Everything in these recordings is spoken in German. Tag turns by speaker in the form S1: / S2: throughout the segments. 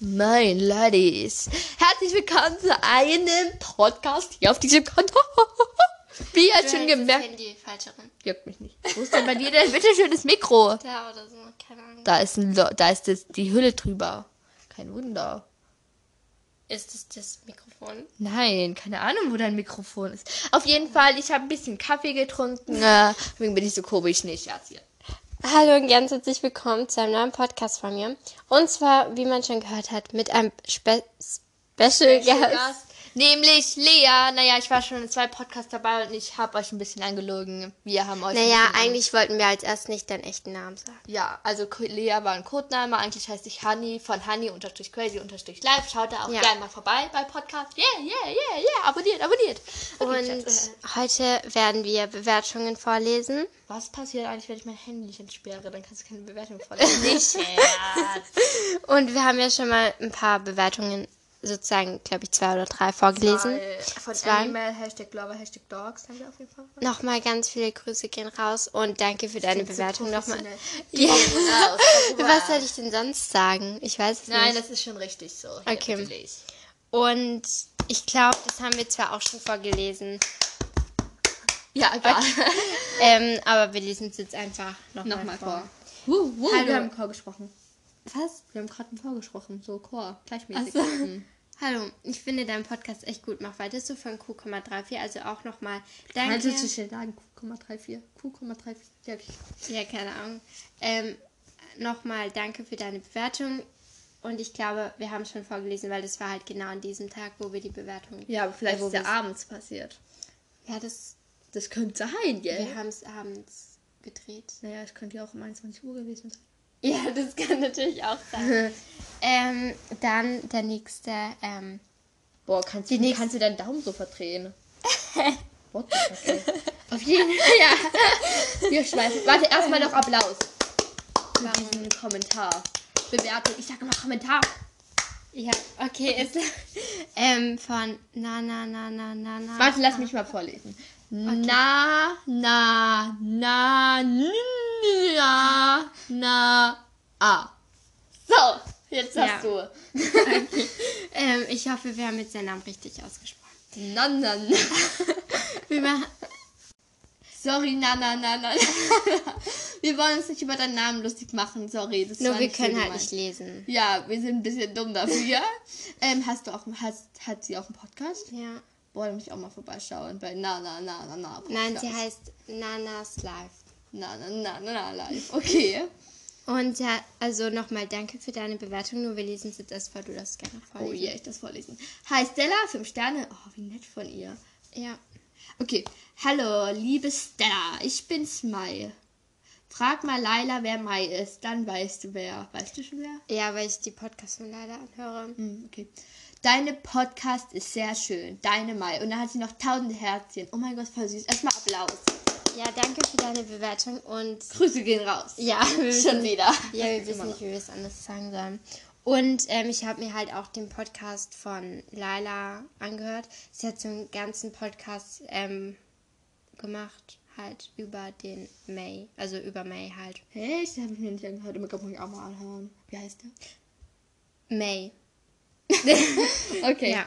S1: Moin, Ladies. Herzlich willkommen zu einem Podcast hier auf diesem Konto. Wie ihr
S2: Du
S1: schon
S2: hältst Das
S1: gemerkt
S2: Handy falsch ran.
S1: juckt mich nicht. Wo ist denn bei dir denn bitte schönes Mikro?
S2: Da oder so, keine Ahnung.
S1: Da ist, ein Lo da ist das, die Hülle drüber. Kein Wunder.
S2: Ist es das Mikrofon?
S1: Nein, keine Ahnung, wo dein Mikrofon ist. Auf jeden Fall, ich habe ein bisschen Kaffee getrunken. Äh, deswegen bin ich so komisch. Nee, Scherz hier.
S2: Hallo und ganz herzlich willkommen zu einem neuen Podcast von mir. Und zwar, wie man schon gehört hat, mit einem Spe Special Guest.
S1: Gast, nämlich Lea. Naja, ich war schon in zwei Podcasts dabei und ich habe euch ein bisschen angelogen. Wir haben euch.
S2: Naja,
S1: ein bisschen
S2: eigentlich wollten wir als erst nicht deinen echten Namen sagen.
S1: Ja, also Ko- Lea war ein Codename. Eigentlich heißt ich Honey von Honey unterstrich crazy unterstrich live. Schaut da auch
S2: Ja.
S1: gerne mal vorbei bei Podcast. Yeah, yeah, yeah, yeah. Abonniert, abonniert. Okay,
S2: Und
S1: Schatz. äh,
S2: heute werden wir Bewertungen vorlesen.
S1: was passiert eigentlich, wenn ich mein Handy nicht entsperre? Dann kannst du keine Bewertung vorlesen. Nicht.
S2: Und wir haben ja schon mal ein paar Bewertungen, sozusagen, glaube ich, zwei oder drei vorgelesen.
S1: Von
S2: Zwei.
S1: Animal, Hashtag Lover, Hashtag Dogs haben wir auf jeden Fall.
S2: Nochmal ganz viele Grüße gehen raus und danke für deine Bewertung nochmal.
S1: Ja.
S2: Was soll ich denn sonst sagen? Ich weiß es
S1: Nein,
S2: nicht.
S1: das ist schon richtig so. Hier,
S2: Okay.
S1: bitte lese.
S2: Und ich glaube, das haben wir zwar auch schon vorgelesen,
S1: Ja, egal.
S2: ähm, aber wir lesen es jetzt einfach nochmal
S1: Nochmal
S2: vor.
S1: vor. Wuh, wuh,
S2: Hallo.
S1: Wir haben im Chor gesprochen.
S2: Was?
S1: Wir haben gerade im Chor gesprochen. So Chor, gleichmäßig.
S2: Also,
S1: Mhm.
S2: hallo, ich finde deinen Podcast echt gut. Mach weiter so von Q,34, also auch nochmal
S1: Kannst
S2: danke.
S1: du zu schnell sagen? Q,34. Q,34. Ja, okay.
S2: Ja, keine Ahnung. Ähm, nochmal danke für deine Bewertung. Und ich glaube, wir haben schon vorgelesen, weil das war halt genau an diesem Tag, wo wir die Bewertung.
S1: Ja, aber vielleicht
S2: wo
S1: ist ja
S2: wir's-
S1: abends passiert.
S2: Ja, das.
S1: Das könnte sein, gell?
S2: Wir haben es abends gedreht.
S1: Naja, es könnte ja auch um 21 Uhr gewesen sein.
S2: Ja, das kann natürlich auch sein. ähm, dann der nächste. Ähm,
S1: Boah, kannst,
S2: Die
S1: du-
S2: nächste-
S1: kannst du deinen Daumen so verdrehen? What the fuck, ey. Auf jeden Fall, ja. Wir schmeißen. Warte, erstmal noch Applaus. Für
S2: Warum?
S1: diesen Kommentar. Bewertung. Ich sag immer Kommentar.
S2: ja, okay, ist. ähm, von Na Na Na Na Na Na.
S1: Warte, lass mich mal vorlesen. Na, na, na, n- na, na, a. So, jetzt hast
S2: Ja.
S1: du.
S2: Ähm, ich hoffe, wir haben jetzt den Namen richtig ausgesprochen.
S1: Na, na, na.
S2: Wir machen.
S1: Sorry, na, na, na, na. Wir wollen uns nicht über deinen Namen lustig machen, sorry. Das
S2: Nur
S1: war
S2: wir
S1: nicht so
S2: können halt
S1: gemeint.
S2: nicht lesen.
S1: Ja, wir sind ein bisschen dumm dafür. ähm, hast du auch, hast, hat sie auch einen Podcast?
S2: Ja.
S1: Boah, da muss ich auch mal vorbeischauen bei Na Na Na Na Na.
S2: Nein,
S1: Podcast.
S2: sie heißt Nanas Live.
S1: Na Na Na Na Na Live. Okay.
S2: Und ja, also nochmal danke für deine Bewertung. Nur wir lesen es jetzt erst vor, du darfst gerne
S1: Oh
S2: vorlesen.
S1: je, ich das vorlesen. Hi Stella, 5 Sterne. Oh, wie nett von ihr.
S2: Ja.
S1: Okay. Hallo, liebe Stella, ich bin's Mai. Frag mal Laila, wer Mai ist, dann weißt du wer. Weißt du schon wer?
S2: Ja, weil ich die Podcasts nur leider anhöre.
S1: Hm, okay. Deine Podcast ist sehr schön. Deine Mai. Und dann hat sie noch tausend Herzchen. Oh mein Gott, voll süß. Erstmal Applaus.
S2: Ja, danke für deine Bewertung und
S1: Grüße gehen raus.
S2: ja, wir wissen,
S1: Schon wieder.
S2: ja, wir wissen nicht, wie wir es anders sagen sollen. Und ähm, ich habe mir halt auch den Podcast von Laila angehört. Sie hat so einen ganzen Podcast ähm, gemacht, halt über den May, also über May halt.
S1: Hey, das habe ich mir nicht angehört. Oh mein Gott, muss ich auch mal anhören. Wie heißt der?
S2: May.
S1: Okay.
S2: Ja.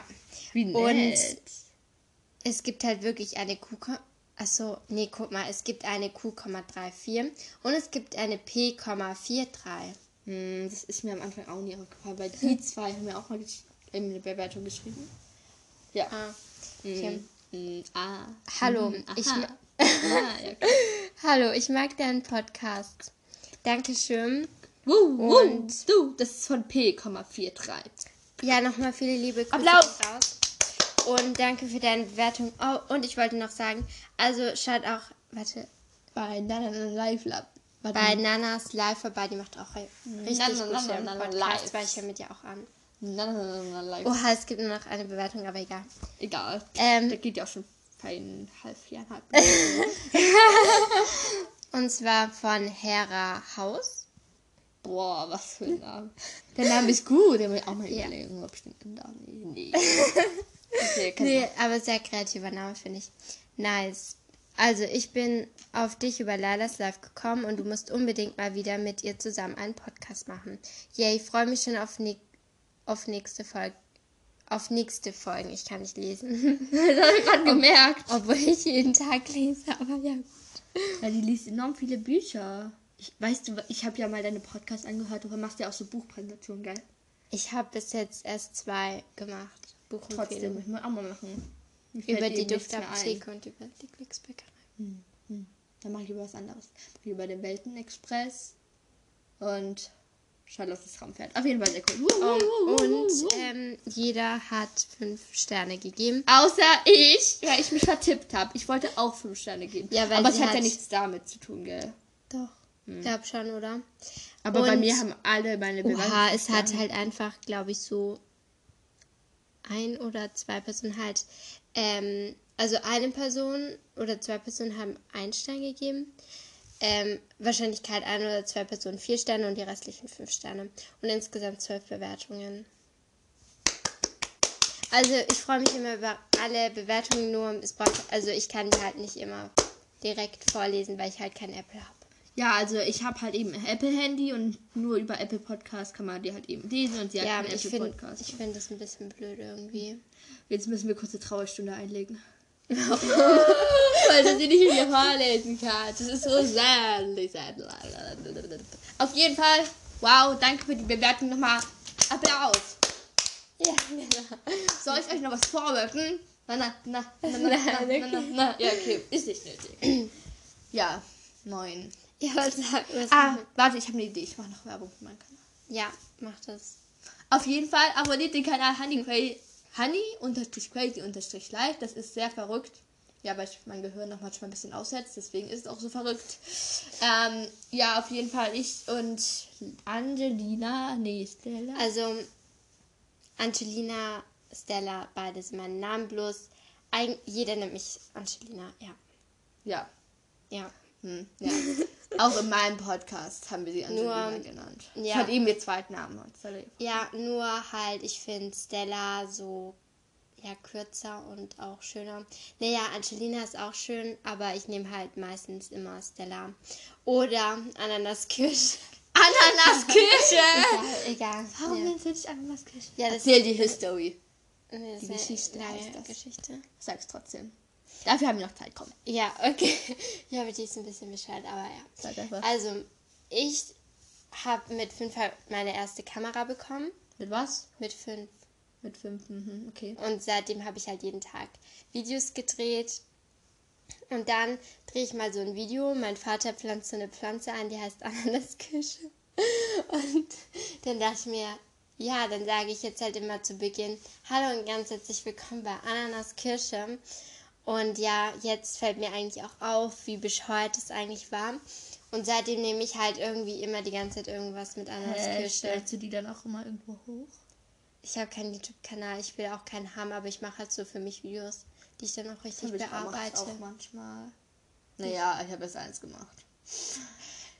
S1: Wie
S2: Und
S1: nett.
S2: es gibt halt wirklich eine Q. Achso, nee, guck mal, es gibt eine Q,34 und es gibt eine P,43.
S1: Hm, das ist mir am Anfang auch nie aufgefallen, weil die zwei haben mir auch mal gesch- ähm, eine Bewertung geschrieben. Ja.
S2: Ah, okay.
S1: Hm, ah.
S2: Hallo, ich,
S1: Aha. ah, ja, okay.
S2: Hallo, ich mag deinen Podcast. Dankeschön.
S1: Wuh, wuh,
S2: Und-
S1: du, das ist von P,43.
S2: Ja, nochmal viele liebe Grüße
S1: Applaus!
S2: gehen raus. Und danke für deine Bewertung. Oh, und ich wollte noch sagen, also schaut auch, warte,
S1: Bei Nanana Live Lab. Warte,
S2: bei Nanas live vorbei, die macht auch ri- richtig
S1: Mhm. Nana,
S2: gute
S1: Nana, Nana
S2: Podcast,
S1: Live.
S2: weil ich höre mit ihr auch an.
S1: Nanana Live.
S2: Oha, es gibt nur noch eine Bewertung, aber egal.
S1: Egal.
S2: Ähm.
S1: das geht ja auch schon eineinhalb Jahren.
S2: Und zwar von Hera Haus.
S1: Boah, was für ein Name. Der Name ist gut, der will auch mal
S2: Ja.
S1: überlegen, ob ich den ändere. Nee. nee. Okay, kannst
S2: Nee, aber sehr kreativer Name, finde ich. Nice. Also, ich bin auf dich über Lailas Live gekommen und du musst unbedingt mal wieder mit ihr zusammen einen Podcast machen. Yay, freue mich schon auf, Nick auf nächste Folge. Auf nächste Folgen. Ich kann nicht lesen. das habe ich gerade gemerkt. Obwohl ich jeden Tag lese, aber ja.
S1: Weil die liest enorm viele Bücher. Ich, weißt du, ich habe ja mal deine Podcasts angehört, du machst ja auch so Buchpräsentationen, gell?
S2: Ich habe bis jetzt erst zwei gemacht.
S1: Trotzdem,
S2: Buchempfehlungen.
S1: ich muss auch mal machen. Mir fällt
S2: Über die
S1: eben nichts mehr
S2: Duftapotheke und über die Glücksbäckerei.
S1: ein. Dann mache ich über was anderes. Mach ich Über den Weltenexpress und Charlottes Raumfährt. Auf jeden Fall sehr cool. Um, Wuhu, wuhu,
S2: Und
S1: wuhu.
S2: ähm, jeder hat fünf Sterne gegeben.
S1: Außer ich, weil ich mich vertippt habe. Ich wollte auch fünf Sterne geben.
S2: Ja, weil
S1: Aber es
S2: sie
S1: hat ja
S2: hat-
S1: nichts damit zu tun, gell?
S2: Doch. Gab schon, oder?
S1: Aber bei
S2: Und-
S1: mir haben alle meine
S2: Oha, es
S1: Sterne.
S2: hat halt einfach, glaube ich, so ein oder zwei Personen halt. Ähm, also eine Person oder zwei Personen haben einen Stern gegeben. Ähm, Wahrscheinlichkeit ein oder zwei Personen vier Sterne und die restlichen fünf Sterne. Und insgesamt zwölf Bewertungen. Also ich freue mich immer über alle Bewertungen, nur es braucht, also ich kann die halt nicht immer direkt vorlesen, weil ich halt kein Apple habe.
S1: Ja, also ich habe halt eben ein Apple-Handy und nur über Apple Podcast kann man die halt eben lesen und sie hat
S2: Ja,
S1: keinen
S2: ich
S1: Apple
S2: finde
S1: Podcast.
S2: ich find das ein bisschen blöd irgendwie.
S1: Jetzt müssen wir kurz eine Trauerstunde einlegen. Weil du sie nicht in ihr vorlesen kannst. Das ist so sad. sad. Auf jeden Fall, wow, danke für die Bewertung nochmal. Applaus.
S2: Ja, genau.
S1: Soll ich euch noch was vorwerfen? Na, na, na, na, na, na, na, na, na. Ja, okay, ist nicht nötig. Ja, neun.
S2: Ja, was sag was
S1: Ah, warte, ich habe eine Idee. Ich mache noch Werbung für meinen Kanal.
S2: Ja, mach das.
S1: Auf jeden Fall abonniert den Kanal Honey Crazy, Honey unterstrich Crazy unterstrich Live. Das ist sehr verrückt. Ja, weil ich mein Gehirn noch manchmal ein bisschen aussetzt, deswegen ist es auch so verrückt. Ähm, ja, auf jeden Fall ich und Angelina, nee, Stella.
S2: Also, Angelina, Stella, beide sind mein Namen bloß. Eig jeder nennt mich Angelina, ja.
S1: Ja,
S2: Ja.
S1: hm, ja. auch in meinem Podcast haben wir sie Angelina
S2: Nur,
S1: genannt.
S2: ja.
S1: Ja. Hat eben ihr Zweitnamen. sorry.
S2: Ja, nur halt, ich finde Stella so ja kürzer und auch schöner. Naja, Angelina ist auch schön, aber ich nehme halt meistens immer Stella. Oder Ananaskirsch.
S1: Ananaskirche!
S2: Egal.
S1: Warum
S2: ja.
S1: nennst du dich Ananaskirche?
S2: Ja, das-
S1: Erzähl die History.
S2: Nee, das
S1: Die
S2: ist eine
S1: Geschichte heißt
S2: lange
S1: das.
S2: Geschichte.
S1: Sag's trotzdem. Dafür haben wir noch Zeit, komm.
S2: Ja, okay. Ja, aber die ist ein bisschen bescheuert, aber ja.
S1: Sag einfach.
S2: Also, ich habe mit fünf halt meine erste Kamera bekommen.
S1: Mit was?
S2: Mit fünf.
S1: Mit fünf, mhm, okay.
S2: Und seitdem habe ich halt jeden Tag Videos gedreht. Und dann drehe ich mal so ein Video. Mein Vater pflanzt so eine Pflanze an, die heißt Ananasküche. Und dann dachte ich mir, ja, dann sage ich jetzt halt immer zu Beginn, hallo und ganz herzlich willkommen bei Ananas Kirsche. Und ja, jetzt fällt mir eigentlich auch auf, wie bescheuert es eigentlich war. Und seitdem nehme ich halt irgendwie immer die ganze Zeit irgendwas mit Ananas
S1: Äh,
S2: Kirsche.
S1: stellst du die dann auch immer irgendwo hoch?
S2: Ich habe keinen YouTube-Kanal, ich will auch keinen haben, aber ich mache halt so für mich Videos, die ich dann auch richtig
S1: Ich bearbeite auch
S2: bearbeite.
S1: manchmal. Naja, ich habe erst eins gemacht.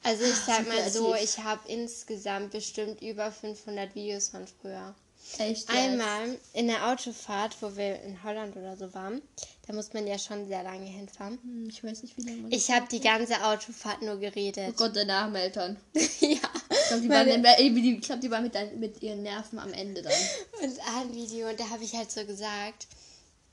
S2: Also ich sag
S1: so
S2: mal so,
S1: kreativ.
S2: ich habe insgesamt bestimmt über 500 Videos von früher.
S1: Echt?
S2: Einmal in der Autofahrt, wo wir in Holland oder so waren, da muss man ja schon sehr lange hinfahren.
S1: Hm, Ich weiß nicht, wie lange.
S2: Ich habe die ganze Autofahrt nur
S1: Oh
S2: geredet.
S1: Gott, deine armen Eltern. Ich
S2: ja.
S1: glaube, die,
S2: Meine-
S1: waren immer- ey, die- ich glaub, die waren mit, dein- mit ihren Nerven am Ende dann.
S2: Und ein Video, und da habe ich halt so gesagt,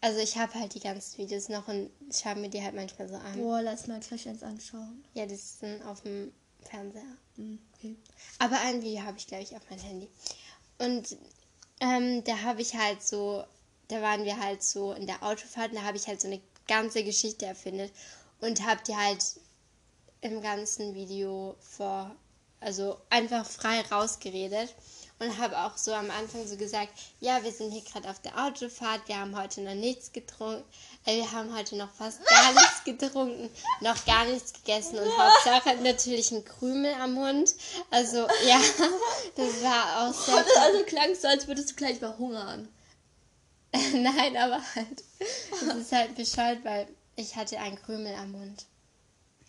S2: also ich habe halt die ganzen Videos noch und schaue mir die halt manchmal so an.
S1: Boah, lass mal gleich eins anschauen.
S2: Ja, die sind auf dem Fernseher.
S1: Hm, Okay.
S2: Aber ein Video habe ich, glaube ich, auf mein Handy. Und ähm, da habe ich halt so, da waren wir halt so in der Autofahrt und da habe ich halt so eine ganze Geschichte erfindet und habe die halt im ganzen Video vor, also einfach frei rausgeredet und habe auch so am Anfang so gesagt, ja, wir sind hier gerade auf der Autofahrt, wir haben heute noch nichts getrunken, äh, wir haben heute noch fast gar nichts getrunken, noch gar nichts gegessen und Hauptsache natürlich ein Krümel am Mund. Also ja, das war auch sehr
S1: Also klang es so, als würdest du gleich verhungern.
S2: Nein, aber halt. Es ist halt bescheuert, weil ich hatte einen Krümel am Mund.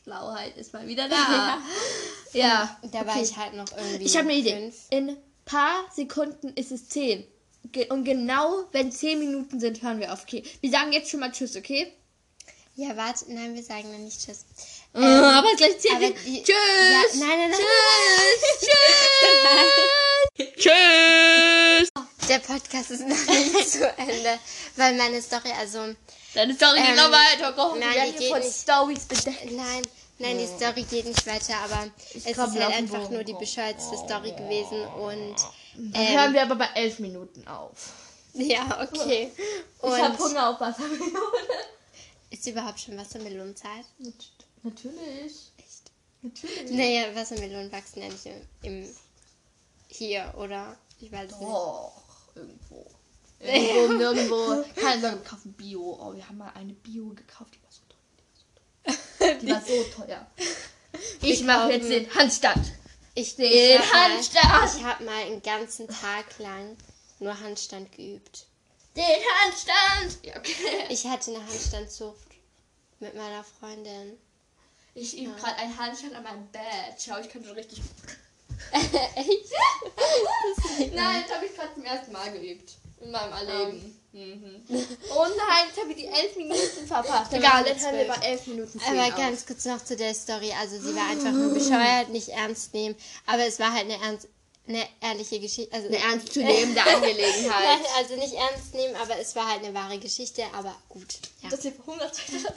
S1: Schlauheit ist mal wieder da. ja.
S2: Und Da war ich halt noch irgendwie.
S1: Ich habe eine Idee.
S2: fünf.
S1: In paar Sekunden ist es 10. Ge und genau wenn 10 Minuten sind, hören wir auf. Okay. Wir sagen jetzt schon mal Tschüss, okay?
S2: Ja, warte, nein, wir sagen dann nicht Tschüss.
S1: Äh, aber gleich 10
S2: Mhm. aber
S1: Minuten.
S2: die-
S1: Tschüss!
S2: Ja, nein, nein, nein.
S1: Tschüss! Tschüss!
S2: Der Podcast ist noch nicht zu Ende, weil meine Story, also
S1: Deine Story geht
S2: Ähm,
S1: noch weiter. Komm, wir
S2: nein, die
S1: werden hier
S2: geht
S1: von
S2: nicht.
S1: Stories bedeckt.
S2: Nein, nein, die Story geht nicht weiter, aber es ist
S1: komm
S2: halt
S1: auf den
S2: einfach
S1: Boden,
S2: nur die
S1: komm.
S2: bescheuertste
S1: Oh,
S2: Story gewesen und
S1: Dann
S2: ähm,
S1: hören wir aber bei elf Minuten auf.
S2: ja, okay.
S1: ich habe
S2: Und
S1: Hunger auf Wassermelone.
S2: ist überhaupt schon Wassermelonenzeit?
S1: Nat- Natürlich.
S2: Echt?
S1: Natürlich.
S2: Naja, Wassermelonen wachsen ja nicht im, im hier, oder? Ich weiß es nicht.
S1: Och, irgendwo. Irgendwo, nirgendwo. Keine Sorge, wir kaufen Bio. Oh, wir haben mal eine Bio gekauft, die war so teuer. Die war so teuer. Die war so teuer. Ich
S2: Wir
S1: mache
S2: kaufen-
S1: jetzt den Handstand.
S2: Ich,
S1: Den
S2: ich habe mal,
S1: Handstand.
S2: ich hab mal einen ganzen Tag lang nur Handstand geübt.
S1: Den Handstand. Ja, okay.
S2: Ich hatte eine Handstandzucht mit meiner Freundin.
S1: Ich übe gerade einen Handstand an meinem Bett. Schau, ich könnte richtig.
S2: Echt?
S1: Nein, das habe ich gerade zum ersten Mal geübt. In meinem Erleben. Mhm. Oh nein, jetzt habe ich die elf Minuten verpasst.
S2: Dann
S1: Egal,
S2: machen wir
S1: jetzt hören wir
S2: zwölf.
S1: bei elf Minuten zehn
S2: Aber
S1: auf.
S2: ganz kurz noch zu der Story. Also sie war einfach nur bescheuert, nicht ernst nehmen. Aber es war halt eine, ernst, eine ehrliche Geschichte. Also,
S1: eine ernstzunehmende Angelegenheit.
S2: Nein, also nicht ernst nehmen, aber es war halt eine wahre Geschichte. Aber gut. Ja.
S1: Dass ihr verhungert seid.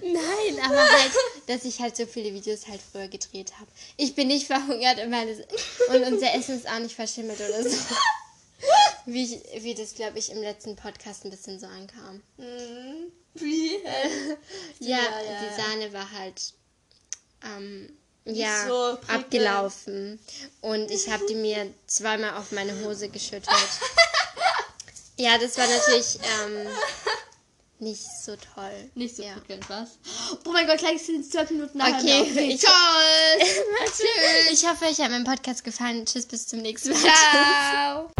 S2: Nein, aber halt, dass ich halt so viele Videos halt früher gedreht habe. Ich bin nicht verhungert und, meine, und unser Essen ist auch nicht verschimmelt oder so. Wie, ich, wie das, glaube ich, im letzten Podcast ein bisschen so ankam.
S1: Mhm. Wie? Hä?
S2: Ja,
S1: Ja, ja, ja.
S2: die Sahne war halt ähm, ja,
S1: so prickelnd.
S2: abgelaufen. Und ich habe die mir zweimal auf meine Hose geschüttet. ja, das war natürlich ähm, nicht so toll.
S1: Nicht so
S2: ja.
S1: prickelnd, was? Oh mein Gott, gleich sind es zwölf Minuten nachher
S2: Okay,
S1: noch.
S2: ich-
S1: Tschüss.
S2: Ich hoffe, euch hat mein Podcast gefallen. Tschüss, bis zum nächsten Mal.
S1: Ciao.